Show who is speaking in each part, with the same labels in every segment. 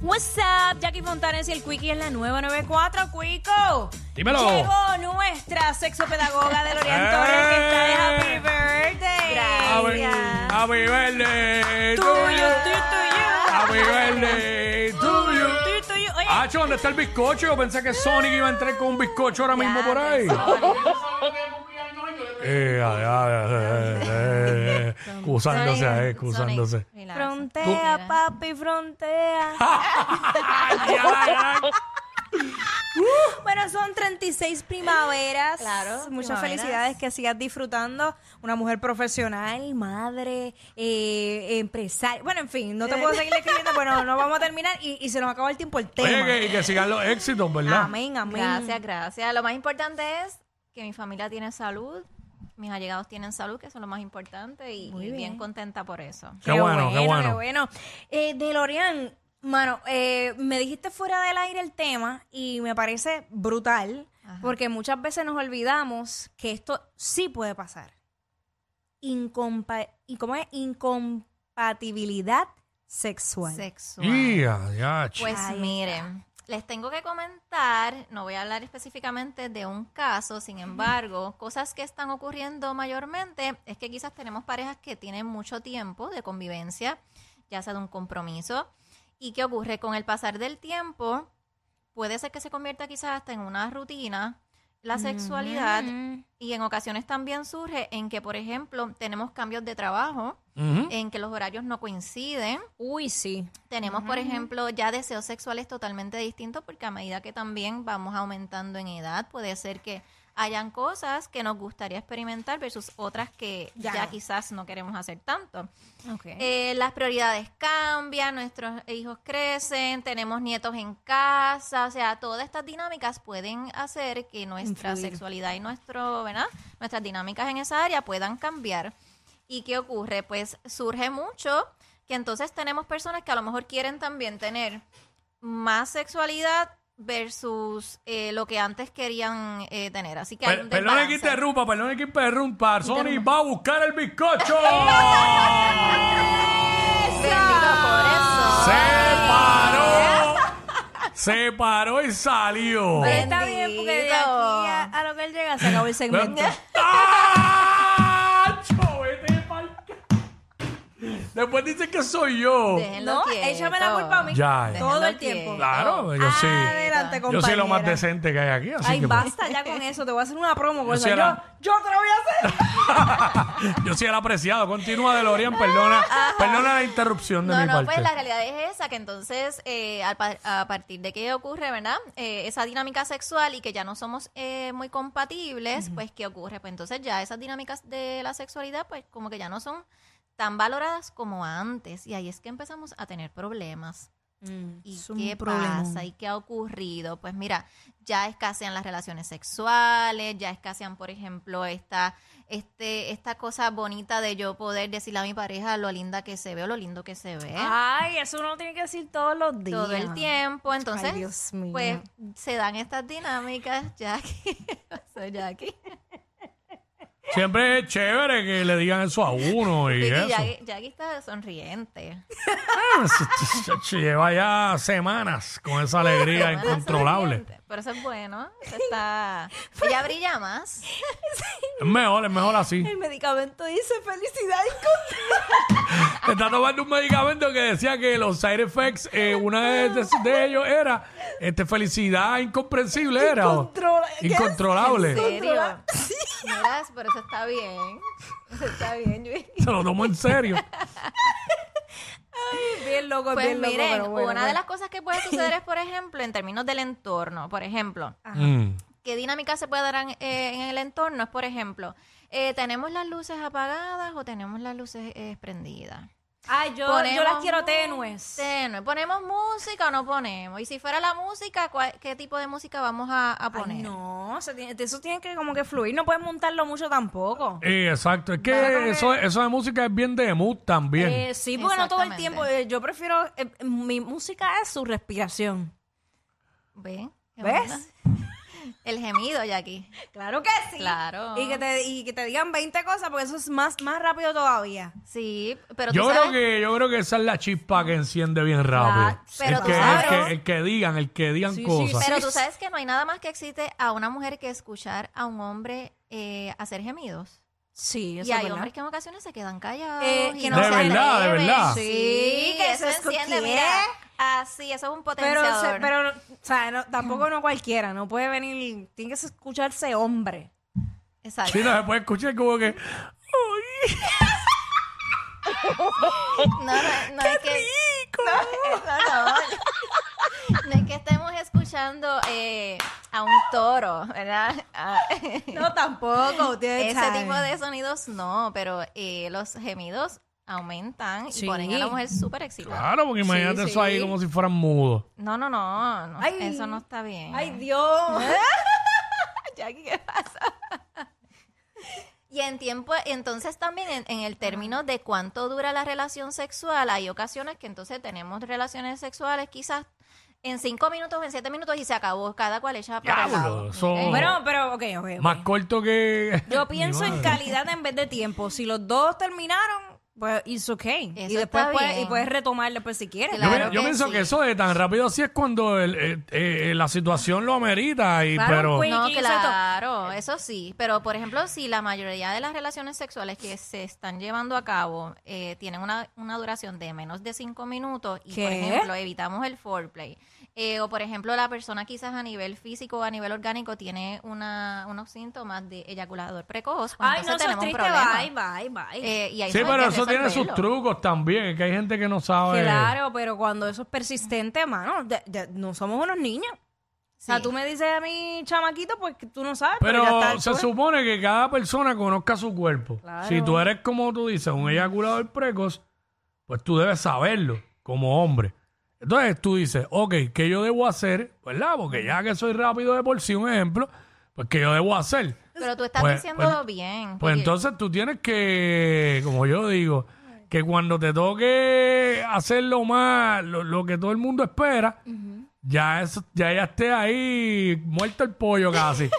Speaker 1: What's up, Jackie Fontanes y el Quickie en la 994, Quico.
Speaker 2: Dímelo.
Speaker 1: Llegó nuestra sexopedagoga del Oriente Torres que está de Happy Birthday.
Speaker 2: Ah, Happy, happy birthday to
Speaker 1: Tuyo,
Speaker 2: you.
Speaker 1: tuyo, tuyo.
Speaker 2: Happy birthday to you.
Speaker 1: Tuyo, tuyo. Oye,
Speaker 2: Hacho, ¿dónde está el bizcocho? Yo pensé que Sonic iba a entrar con un bizcocho ahora mismo por ahí. Eh, ah, ah, eh, eh, eh, Excusándose, eh, excusándose.
Speaker 1: frontea, papi, frontea.
Speaker 2: Ay, ay, ay.
Speaker 1: Bueno, son 36 primaveras.
Speaker 3: Claro,
Speaker 1: Muchas
Speaker 3: primaveras.
Speaker 1: felicidades que sigas disfrutando. Una mujer profesional, madre, eh, empresaria. Bueno, en fin, no te puedo seguir escribiendo, pero no vamos a terminar y, y se nos acaba el tiempo el tema.
Speaker 2: Oye, que, que sigan los éxitos, ¿verdad?
Speaker 1: Amén, amén.
Speaker 3: Gracias, gracias. Lo más importante es que mi familia tiene salud, mis allegados tienen salud, que eso es lo más importante, y,
Speaker 1: Muy
Speaker 3: y bien
Speaker 1: bien.
Speaker 3: contenta por eso.
Speaker 2: Qué bueno, qué bueno.
Speaker 1: Qué bueno. Eh, DeLorean, mano, eh, me dijiste fuera del aire el tema y me parece brutal
Speaker 3: Ajá.
Speaker 1: porque muchas veces nos olvidamos que esto sí puede pasar. Incompa ¿y cómo es? Incompatibilidad sexual.
Speaker 3: Sexual.
Speaker 2: Ya, ya, ch-
Speaker 3: Pues
Speaker 1: Ahí
Speaker 3: miren, les tengo que comentar, no voy a hablar específicamente de un caso, sin embargo, cosas que están ocurriendo mayormente es que quizás tenemos parejas que tienen mucho tiempo de convivencia, ya sea de un compromiso, y qué ocurre con el pasar del tiempo, puede ser que se convierta quizás hasta en una rutina la sexualidad
Speaker 1: Mm.
Speaker 3: y en ocasiones también surge en que, por ejemplo, tenemos cambios de trabajo,
Speaker 2: Ujú.
Speaker 3: en que los horarios no coinciden.
Speaker 1: Uy, sí.
Speaker 3: Tenemos, por ejemplo, ya deseos sexuales totalmente distintos porque a medida que también vamos aumentando en edad, puede ser que hayan cosas que nos gustaría experimentar versus otras que
Speaker 1: Ya
Speaker 3: ya,
Speaker 1: no.
Speaker 3: quizás no queremos hacer tanto.
Speaker 1: Ok.
Speaker 3: Eh, las prioridades cambian, nuestros hijos crecen, tenemos nietos en casa, o sea, todas estas dinámicas pueden hacer que nuestra
Speaker 1: Influir.
Speaker 3: sexualidad y nuestro, ¿verdad? nuestras dinámicas en esa área puedan cambiar. ¿Y qué ocurre? Pues surge mucho que entonces tenemos personas que a lo mejor quieren también tener más sexualidad versus eh, lo que antes querían eh, tener. Así que hay
Speaker 2: Per-
Speaker 3: un
Speaker 2: Perdone que
Speaker 3: desbalance.
Speaker 2: interrumpa, perdone que interrumpa. Sony va a buscar el bizcocho.
Speaker 3: Bendito por eso.
Speaker 2: Se paró. Se paró y salió.
Speaker 1: Pero está bien porque de aquí a, a lo que él llega se acabó el segmento.
Speaker 2: ¡Tacho! ¡Ah! Vete pa'l c- Después dice que soy yo.
Speaker 3: Déjenlo
Speaker 1: no,
Speaker 3: quieto.
Speaker 1: échame la culpa a mí
Speaker 2: Ya, ya.
Speaker 1: todo el
Speaker 3: Déjenlo
Speaker 1: tiempo.
Speaker 3: quieto.
Speaker 2: Claro, yo sí.
Speaker 1: Adelante, compañera.
Speaker 2: Yo soy lo más decente que hay aquí. Así
Speaker 1: Ay,
Speaker 2: que, pues,
Speaker 1: basta ya con eso. Te voy a hacer una promo. Con
Speaker 2: Yo
Speaker 1: eso.
Speaker 2: soy
Speaker 1: Yo,
Speaker 2: la-
Speaker 1: yo te lo voy a hacer.
Speaker 2: yo soy el apreciado. Continúa, DeLorean. Perdona, perdona la interrupción de
Speaker 3: No,
Speaker 2: mi
Speaker 3: no,
Speaker 2: parte.
Speaker 3: pues la realidad es esa, que entonces eh, al pa- a partir de que ocurre, ¿verdad? Eh, esa dinámica sexual y que ya no somos eh, muy compatibles, pues ¿qué ocurre? Pues entonces ya esas dinámicas de la sexualidad, pues como que ya no son tan valoradas como antes. Y ahí es que empezamos a tener problemas. Mm, ¿Y qué pasa? ¿Y qué ha ocurrido? Pues mira, ya escasean las relaciones sexuales, ya escasean, por ejemplo, esta, este, esta cosa bonita de yo poder decirle a mi pareja lo linda que se ve o lo lindo que se ve.
Speaker 1: Ay, eso uno tiene que decir todos los días.
Speaker 3: todo el tiempo. Entonces,
Speaker 1: Ay, Dios mío.
Speaker 3: pues se dan estas dinámicas, Jackie. Soy Jackie.
Speaker 2: Siempre es chévere que le digan eso a uno y
Speaker 3: Vicky,
Speaker 2: eso. Ah,
Speaker 3: Jackie, Jackie está sonriente.
Speaker 2: Se Lleva ya semanas con esa alegría
Speaker 3: Está
Speaker 2: incontrolable.
Speaker 3: sonriente, Pero eso es bueno. eso está... Ella brilla más.
Speaker 2: Es mejor, es mejor así.
Speaker 1: El medicamento dice felicidad y
Speaker 2: Te Está tomando un medicamento que decía que los side effects, eh, una de, de- de ellos era este, felicidad incomprensible, era o-
Speaker 1: Incontrola- ¿qué es?
Speaker 2: incontrolable.
Speaker 3: ¿En serio? Mira, pero eso está bien. Eso está bien, Luis.
Speaker 2: Se lo tomó en serio.
Speaker 1: con... Bien loco,
Speaker 3: Pues
Speaker 1: bien loco.
Speaker 3: miren,
Speaker 1: pero bueno, pues.
Speaker 3: una de
Speaker 1: bueno.
Speaker 3: las cosas que puede suceder es, por ejemplo, en términos del entorno. Por ejemplo,
Speaker 2: Mm.
Speaker 3: ¿qué dinámica se puede dar en, eh, en el entorno? Es, por ejemplo, eh, ¿tenemos las luces apagadas o tenemos las luces eh, prendidas?
Speaker 1: Ay, yo, yo
Speaker 3: Ponemos
Speaker 1: las quiero
Speaker 3: mu-
Speaker 1: tenues.
Speaker 3: Tenue. ¿Ponemos música o no ponemos? Y si fuera la música, ¿cuál- ¿qué tipo de música vamos a, a
Speaker 1: Ay,
Speaker 3: poner?
Speaker 1: no, se tiene- eso tiene que como que fluir. No puedes montarlo mucho tampoco.
Speaker 2: Eh, exacto. Es
Speaker 1: Bueno, creo
Speaker 2: que
Speaker 1: que-
Speaker 2: eso, eso de música es bien de mood también.
Speaker 1: Eh, sí, porque no todo el
Speaker 3: Exactamente.
Speaker 1: tiempo. eh, yo prefiero... eh, mi música es su respiración.
Speaker 3: ¿Ven? ¿Qué
Speaker 1: ¿Ves?
Speaker 3: onda? El gemido, Jackie.
Speaker 1: Claro que sí.
Speaker 3: Claro.
Speaker 1: Y que te, y que te digan 20 cosas, porque eso es más, más rápido todavía.
Speaker 3: Sí, pero
Speaker 2: Yo
Speaker 3: tú
Speaker 2: creo,
Speaker 3: sabes...
Speaker 2: que, yo creo que esa es la chispa que enciende bien rápido.
Speaker 3: Ah, pero
Speaker 2: el,
Speaker 3: tú
Speaker 2: que, el,
Speaker 3: sabes.
Speaker 2: que, el que digan, el que digan
Speaker 1: Sí, sí,
Speaker 2: cosas.
Speaker 3: Pero tú sabes que no hay nada más que excite a una mujer que escuchar a un hombre eh, hacer gemidos.
Speaker 1: Sí,
Speaker 3: Y hay hombres que en ocasiones se quedan callados.
Speaker 1: Eh,
Speaker 3: y
Speaker 1: que
Speaker 3: no
Speaker 1: no
Speaker 3: se
Speaker 1: De
Speaker 2: verdad, de
Speaker 3: atreven.
Speaker 2: verdad.
Speaker 1: Sí,
Speaker 3: Sí,
Speaker 1: que
Speaker 3: que
Speaker 1: eso
Speaker 3: eso
Speaker 1: es
Speaker 3: enciende,
Speaker 1: cookie,
Speaker 3: mira.
Speaker 1: ¿eh?
Speaker 3: Así, eso es un
Speaker 1: Pero, se-
Speaker 3: potenciador.
Speaker 1: pero o sea, no- tampoco no cualquiera, no puede venir, tiene que escucharse hombre.
Speaker 3: Exacto.
Speaker 2: Sí, no se puede escuchar como que. ¡Ay,
Speaker 3: No, no, no es que... No, eso no. No es que estemos escuchando eh, a un toro, ¿verdad? A-
Speaker 1: No, tampoco.
Speaker 3: Ese tipo de sonidos no, pero eh, los gemidos aumentan
Speaker 1: Sí.
Speaker 3: y ponen a la mujer súper excitada.
Speaker 2: Claro, porque imagínate
Speaker 1: Sí,
Speaker 2: eso ahí
Speaker 1: sí.
Speaker 2: como si fueran mudos.
Speaker 3: No, no, no, no,
Speaker 1: Ay.
Speaker 3: eso no está bien.
Speaker 1: ¡Ay, Dios!
Speaker 3: Jackie, ¿qué pasa? Y en tiempo, entonces también en, en el término de cuánto dura la relación sexual, hay ocasiones que entonces tenemos relaciones sexuales quizás en cinco minutos, en siete minutos y se acabó, cada cual echa para el
Speaker 2: Diablo,
Speaker 3: lado.
Speaker 2: eso-
Speaker 3: ¿ok?
Speaker 1: Bueno, pero ok, ok. ok.
Speaker 2: Oh. Más corto que.
Speaker 1: Yo
Speaker 2: Mi
Speaker 1: pienso en
Speaker 2: madre.
Speaker 1: calidad en vez de tiempo. Si los dos terminaron, pues it's okay.
Speaker 3: Eso
Speaker 1: y después
Speaker 3: está
Speaker 1: puedes,
Speaker 3: bien.
Speaker 1: y puedes retomar después si quieres.
Speaker 2: Yo,
Speaker 3: Claro
Speaker 2: pe- yo
Speaker 3: que
Speaker 2: pienso
Speaker 3: sí.
Speaker 2: que eso de tan rápido así es cuando el- el- eh, eh, la situación lo amerita. Y,
Speaker 1: Claro,
Speaker 2: pero.
Speaker 1: pues,
Speaker 3: No,
Speaker 1: Quickie, exacto.
Speaker 3: claro, eso sí. Pero, por ejemplo, si la mayoría de las relaciones sexuales que se están llevando a cabo eh, tienen una, una duración de menos de cinco minutos y, por
Speaker 1: ¿Qué?
Speaker 3: ejemplo, evitamos el foreplay, eh, o, por ejemplo, la persona quizás a nivel físico o a nivel orgánico tiene una, unos síntomas de eyaculador precoz, pues
Speaker 1: Ay, no,
Speaker 3: entonces
Speaker 1: eso es
Speaker 3: tenemos un
Speaker 1: triste.
Speaker 3: problema.
Speaker 1: Bye, bye, bye.
Speaker 3: Eh, y ahí
Speaker 2: sí,
Speaker 3: hay
Speaker 2: pero
Speaker 3: que
Speaker 2: eso tiene sus
Speaker 3: resolverlo.
Speaker 2: trucos también. Es que hay gente que no sabe.
Speaker 1: Claro, pero cuando eso es persistente, mano, de- de- no somos unos niños. O sea,
Speaker 3: Sí.
Speaker 1: tú me dices a mi chamaquito, pues que tú no sabes.
Speaker 2: Pero
Speaker 1: ya está
Speaker 2: se supone que cada persona conozca su cuerpo.
Speaker 1: Claro.
Speaker 2: Si tú eres, como tú dices, un eyaculador precoz, pues tú debes saberlo como hombre. Entonces tú dices, ok, ¿qué yo debo hacer? ¿Verdad? Porque ya que soy rápido de por sí, un ejemplo, pues ¿qué yo debo hacer?
Speaker 3: Pero tú estás
Speaker 2: Pues-
Speaker 3: diciéndolo
Speaker 2: pues- Pues
Speaker 3: bien. porque-
Speaker 2: entonces tú tienes que, como yo digo, que cuando te toque hacer lo más, lo, lo que todo el mundo espera, ya eso, ya ya esté ahí muerto el pollo casi.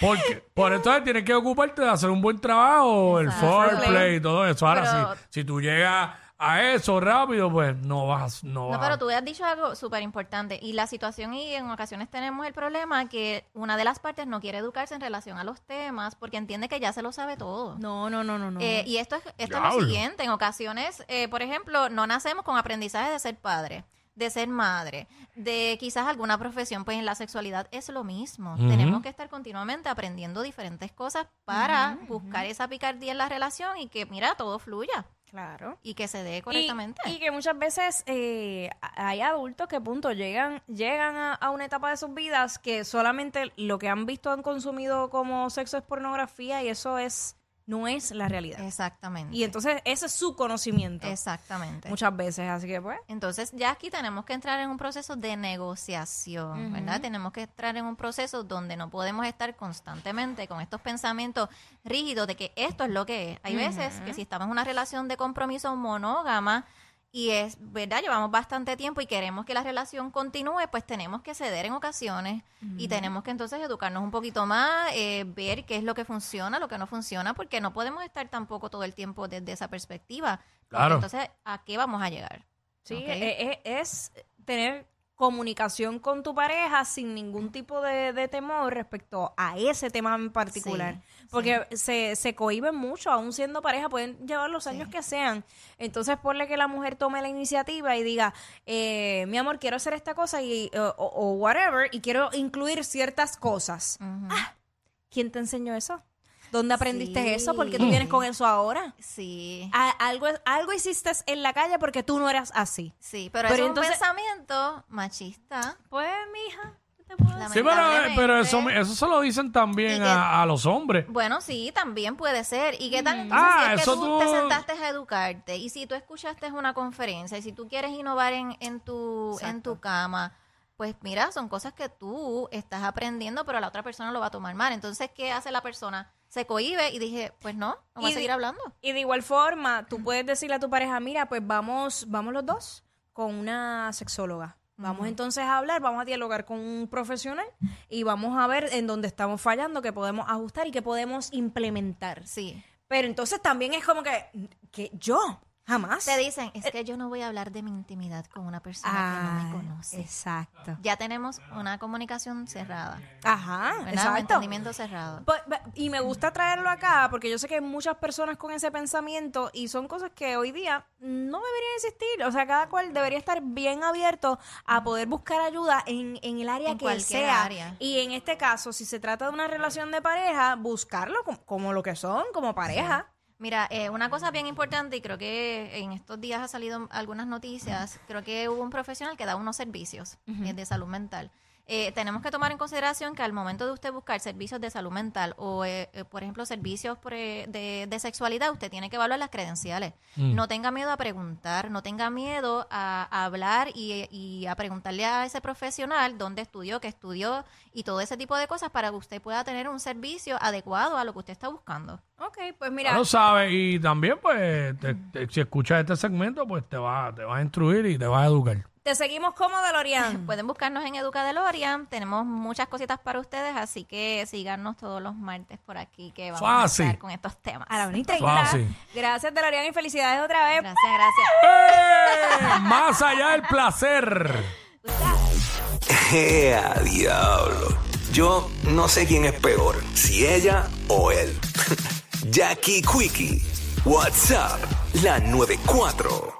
Speaker 2: Porque, por entonces tienes que ocuparte de hacer un buen trabajo, el
Speaker 3: Exacto.
Speaker 2: foreplay y todo eso. Ahora
Speaker 3: Pero-
Speaker 2: sí, si tú llegas a eso rápido, pues no vas, no vas.
Speaker 3: No, pero tú has dicho algo súper importante. Y la situación, y en ocasiones tenemos el problema que una de las partes no quiere educarse en relación a los temas porque entiende que ya se lo sabe todo.
Speaker 1: No, no, no, no, no.
Speaker 3: Eh, y esto es, esto es
Speaker 2: Diablo.
Speaker 3: lo siguiente. En ocasiones, eh, por ejemplo, no nacemos con aprendizaje de ser padre, de ser madre, de quizás alguna profesión. Pues en la sexualidad es lo mismo.
Speaker 2: Ujú.
Speaker 3: Tenemos que estar continuamente aprendiendo diferentes cosas para buscar esa picardía en la relación y que, mira, todo fluya
Speaker 1: claro.
Speaker 3: y que se dé
Speaker 1: Y-
Speaker 3: correctamente.
Speaker 1: Y, que muchas veces eh, hay adultos que punto llegan, llegan a, a una etapa de sus vidas que solamente lo que han visto han consumido como sexo es pornografía y eso es no es la realidad.
Speaker 3: Exactamente.
Speaker 1: y entonces ese es su conocimiento
Speaker 3: Exactamente.
Speaker 1: muchas veces, así que pues.
Speaker 3: Entonces ya aquí tenemos que entrar en un proceso de negociación, ¿verdad? Tenemos que entrar en un proceso donde no podemos estar constantemente con estos pensamientos rígidos de que esto es lo que es. Hay veces que si estamos en una relación de compromiso monógama y es, ¿verdad? Llevamos bastante tiempo y queremos que la relación continúe, pues tenemos que ceder en ocasiones y tenemos que entonces educarnos un poquito más, eh, ver qué es lo que funciona, lo que no funciona, porque no podemos estar tampoco todo el tiempo desde esa perspectiva. porque
Speaker 2: Claro.
Speaker 3: Entonces, ¿a qué vamos a llegar?
Speaker 1: Sí,
Speaker 3: Ok.
Speaker 1: e- e- es, tener comunicación con tu pareja sin ningún tipo de, de temor respecto a ese tema en particular.
Speaker 3: Sí,
Speaker 1: Porque se, se cohiben mucho, aún siendo pareja, pueden llevar los años que sean. Entonces, ponle que la mujer tome la iniciativa y diga, eh, mi amor, quiero hacer esta cosa y, eh, o, o- o whatever, y quiero incluir ciertas cosas.
Speaker 3: Ujú.
Speaker 1: ah, ¿Quién te enseñó eso? ¿Dónde aprendiste
Speaker 3: Sí.
Speaker 1: eso? ¿Por qué tú vienes con eso ahora?
Speaker 3: Sí.
Speaker 1: A- algo, algo hiciste en la calle porque tú no eras así.
Speaker 3: Sí, pero,
Speaker 1: Pero
Speaker 3: eso
Speaker 1: entonces-
Speaker 3: es un pensamiento machista.
Speaker 1: Pues, mija, ¿qué te puedo
Speaker 3: La-
Speaker 2: Sí, pero, eh, pero eso,
Speaker 3: lamentablemente-
Speaker 2: eso se lo dicen
Speaker 3: Y
Speaker 2: también
Speaker 3: que-
Speaker 2: a, a los hombres.
Speaker 3: Bueno, sí, también puede ser. ¿Y qué tal entonces
Speaker 2: Ah,
Speaker 3: si es que
Speaker 2: eso
Speaker 3: tú,
Speaker 2: tú-
Speaker 3: te sentaste a educarte? Y si tú escuchaste una conferencia y si tú quieres innovar en, en, tu, en tu cama, pues mira, son cosas que tú estás aprendiendo, pero la otra persona lo va a tomar mal. Entonces, ¿qué hace la persona? Se cohíbe y dije, pues no, no voy
Speaker 1: Y
Speaker 3: a seguir
Speaker 1: di-
Speaker 3: hablando.
Speaker 1: Y de igual forma, tú puedes decirle a tu pareja, mira, pues vamos, vamos los dos con una sexóloga. Vamos entonces a hablar, vamos a dialogar con un profesional y vamos a ver en dónde estamos fallando, qué podemos ajustar y qué podemos implementar.
Speaker 3: Sí.
Speaker 1: Pero entonces también es como que, que yo jamás.
Speaker 3: Te dicen, es que yo no voy a hablar de mi intimidad con una persona que no me conoce.
Speaker 1: Ah, Exacto.
Speaker 3: Ya tenemos una comunicación cerrada.
Speaker 1: Ajá,
Speaker 3: ¿verdad? Un
Speaker 1: exacto.
Speaker 3: entendimiento cerrado.
Speaker 1: Pues, ve- Y me gusta traerlo acá porque yo sé que hay muchas personas con ese pensamiento y son cosas que hoy día no deberían existir. O sea, cada cual debería estar bien abierto a poder buscar ayuda en, en el área
Speaker 3: En
Speaker 1: que
Speaker 3: cualquier
Speaker 1: sea.
Speaker 3: área.
Speaker 1: Y en este caso, si se trata de una relación de pareja, buscarlo com- como, lo que son, como pareja.
Speaker 3: Mira, eh, una cosa bien importante, y creo que en estos días ha salido algunas noticias, creo que hubo un profesional que da unos servicios eh, de salud mental. Eh, tenemos que tomar en consideración que al momento de usted buscar servicios de salud mental o, eh, eh, por ejemplo, servicios por, eh, de, de sexualidad, usted tiene que evaluar las credenciales. No tenga miedo a preguntar, no tenga miedo a, a hablar y, y a preguntarle a ese profesional dónde estudió, qué estudió y todo ese tipo de cosas para que usted pueda tener un servicio adecuado a lo que usted está buscando.
Speaker 1: Ok, pues
Speaker 2: Ya
Speaker 1: mira.
Speaker 2: lo sabes. Y también, pues, te- te- si escuchas este segmento, pues te vas, te vas a instruir y te vas a educar.
Speaker 1: Te seguimos como DeLorean.
Speaker 3: Pueden buscarnos en Educa DeLorean. Tenemos muchas cositas para ustedes, así que síganos todos los martes por aquí que vamos
Speaker 2: Fácil.
Speaker 3: a estar con estos temas.
Speaker 1: A la 1 y 30.
Speaker 2: Fácil.
Speaker 1: Gracias, DeLorean, y felicidades otra vez.
Speaker 3: Gracias, gracias.
Speaker 2: ¡Eh! Más allá del placer.
Speaker 4: ¡Ea, diablo! Yo no sé quién es peor, si ella o él. Jackie Quickie, WhatsApp, la 94.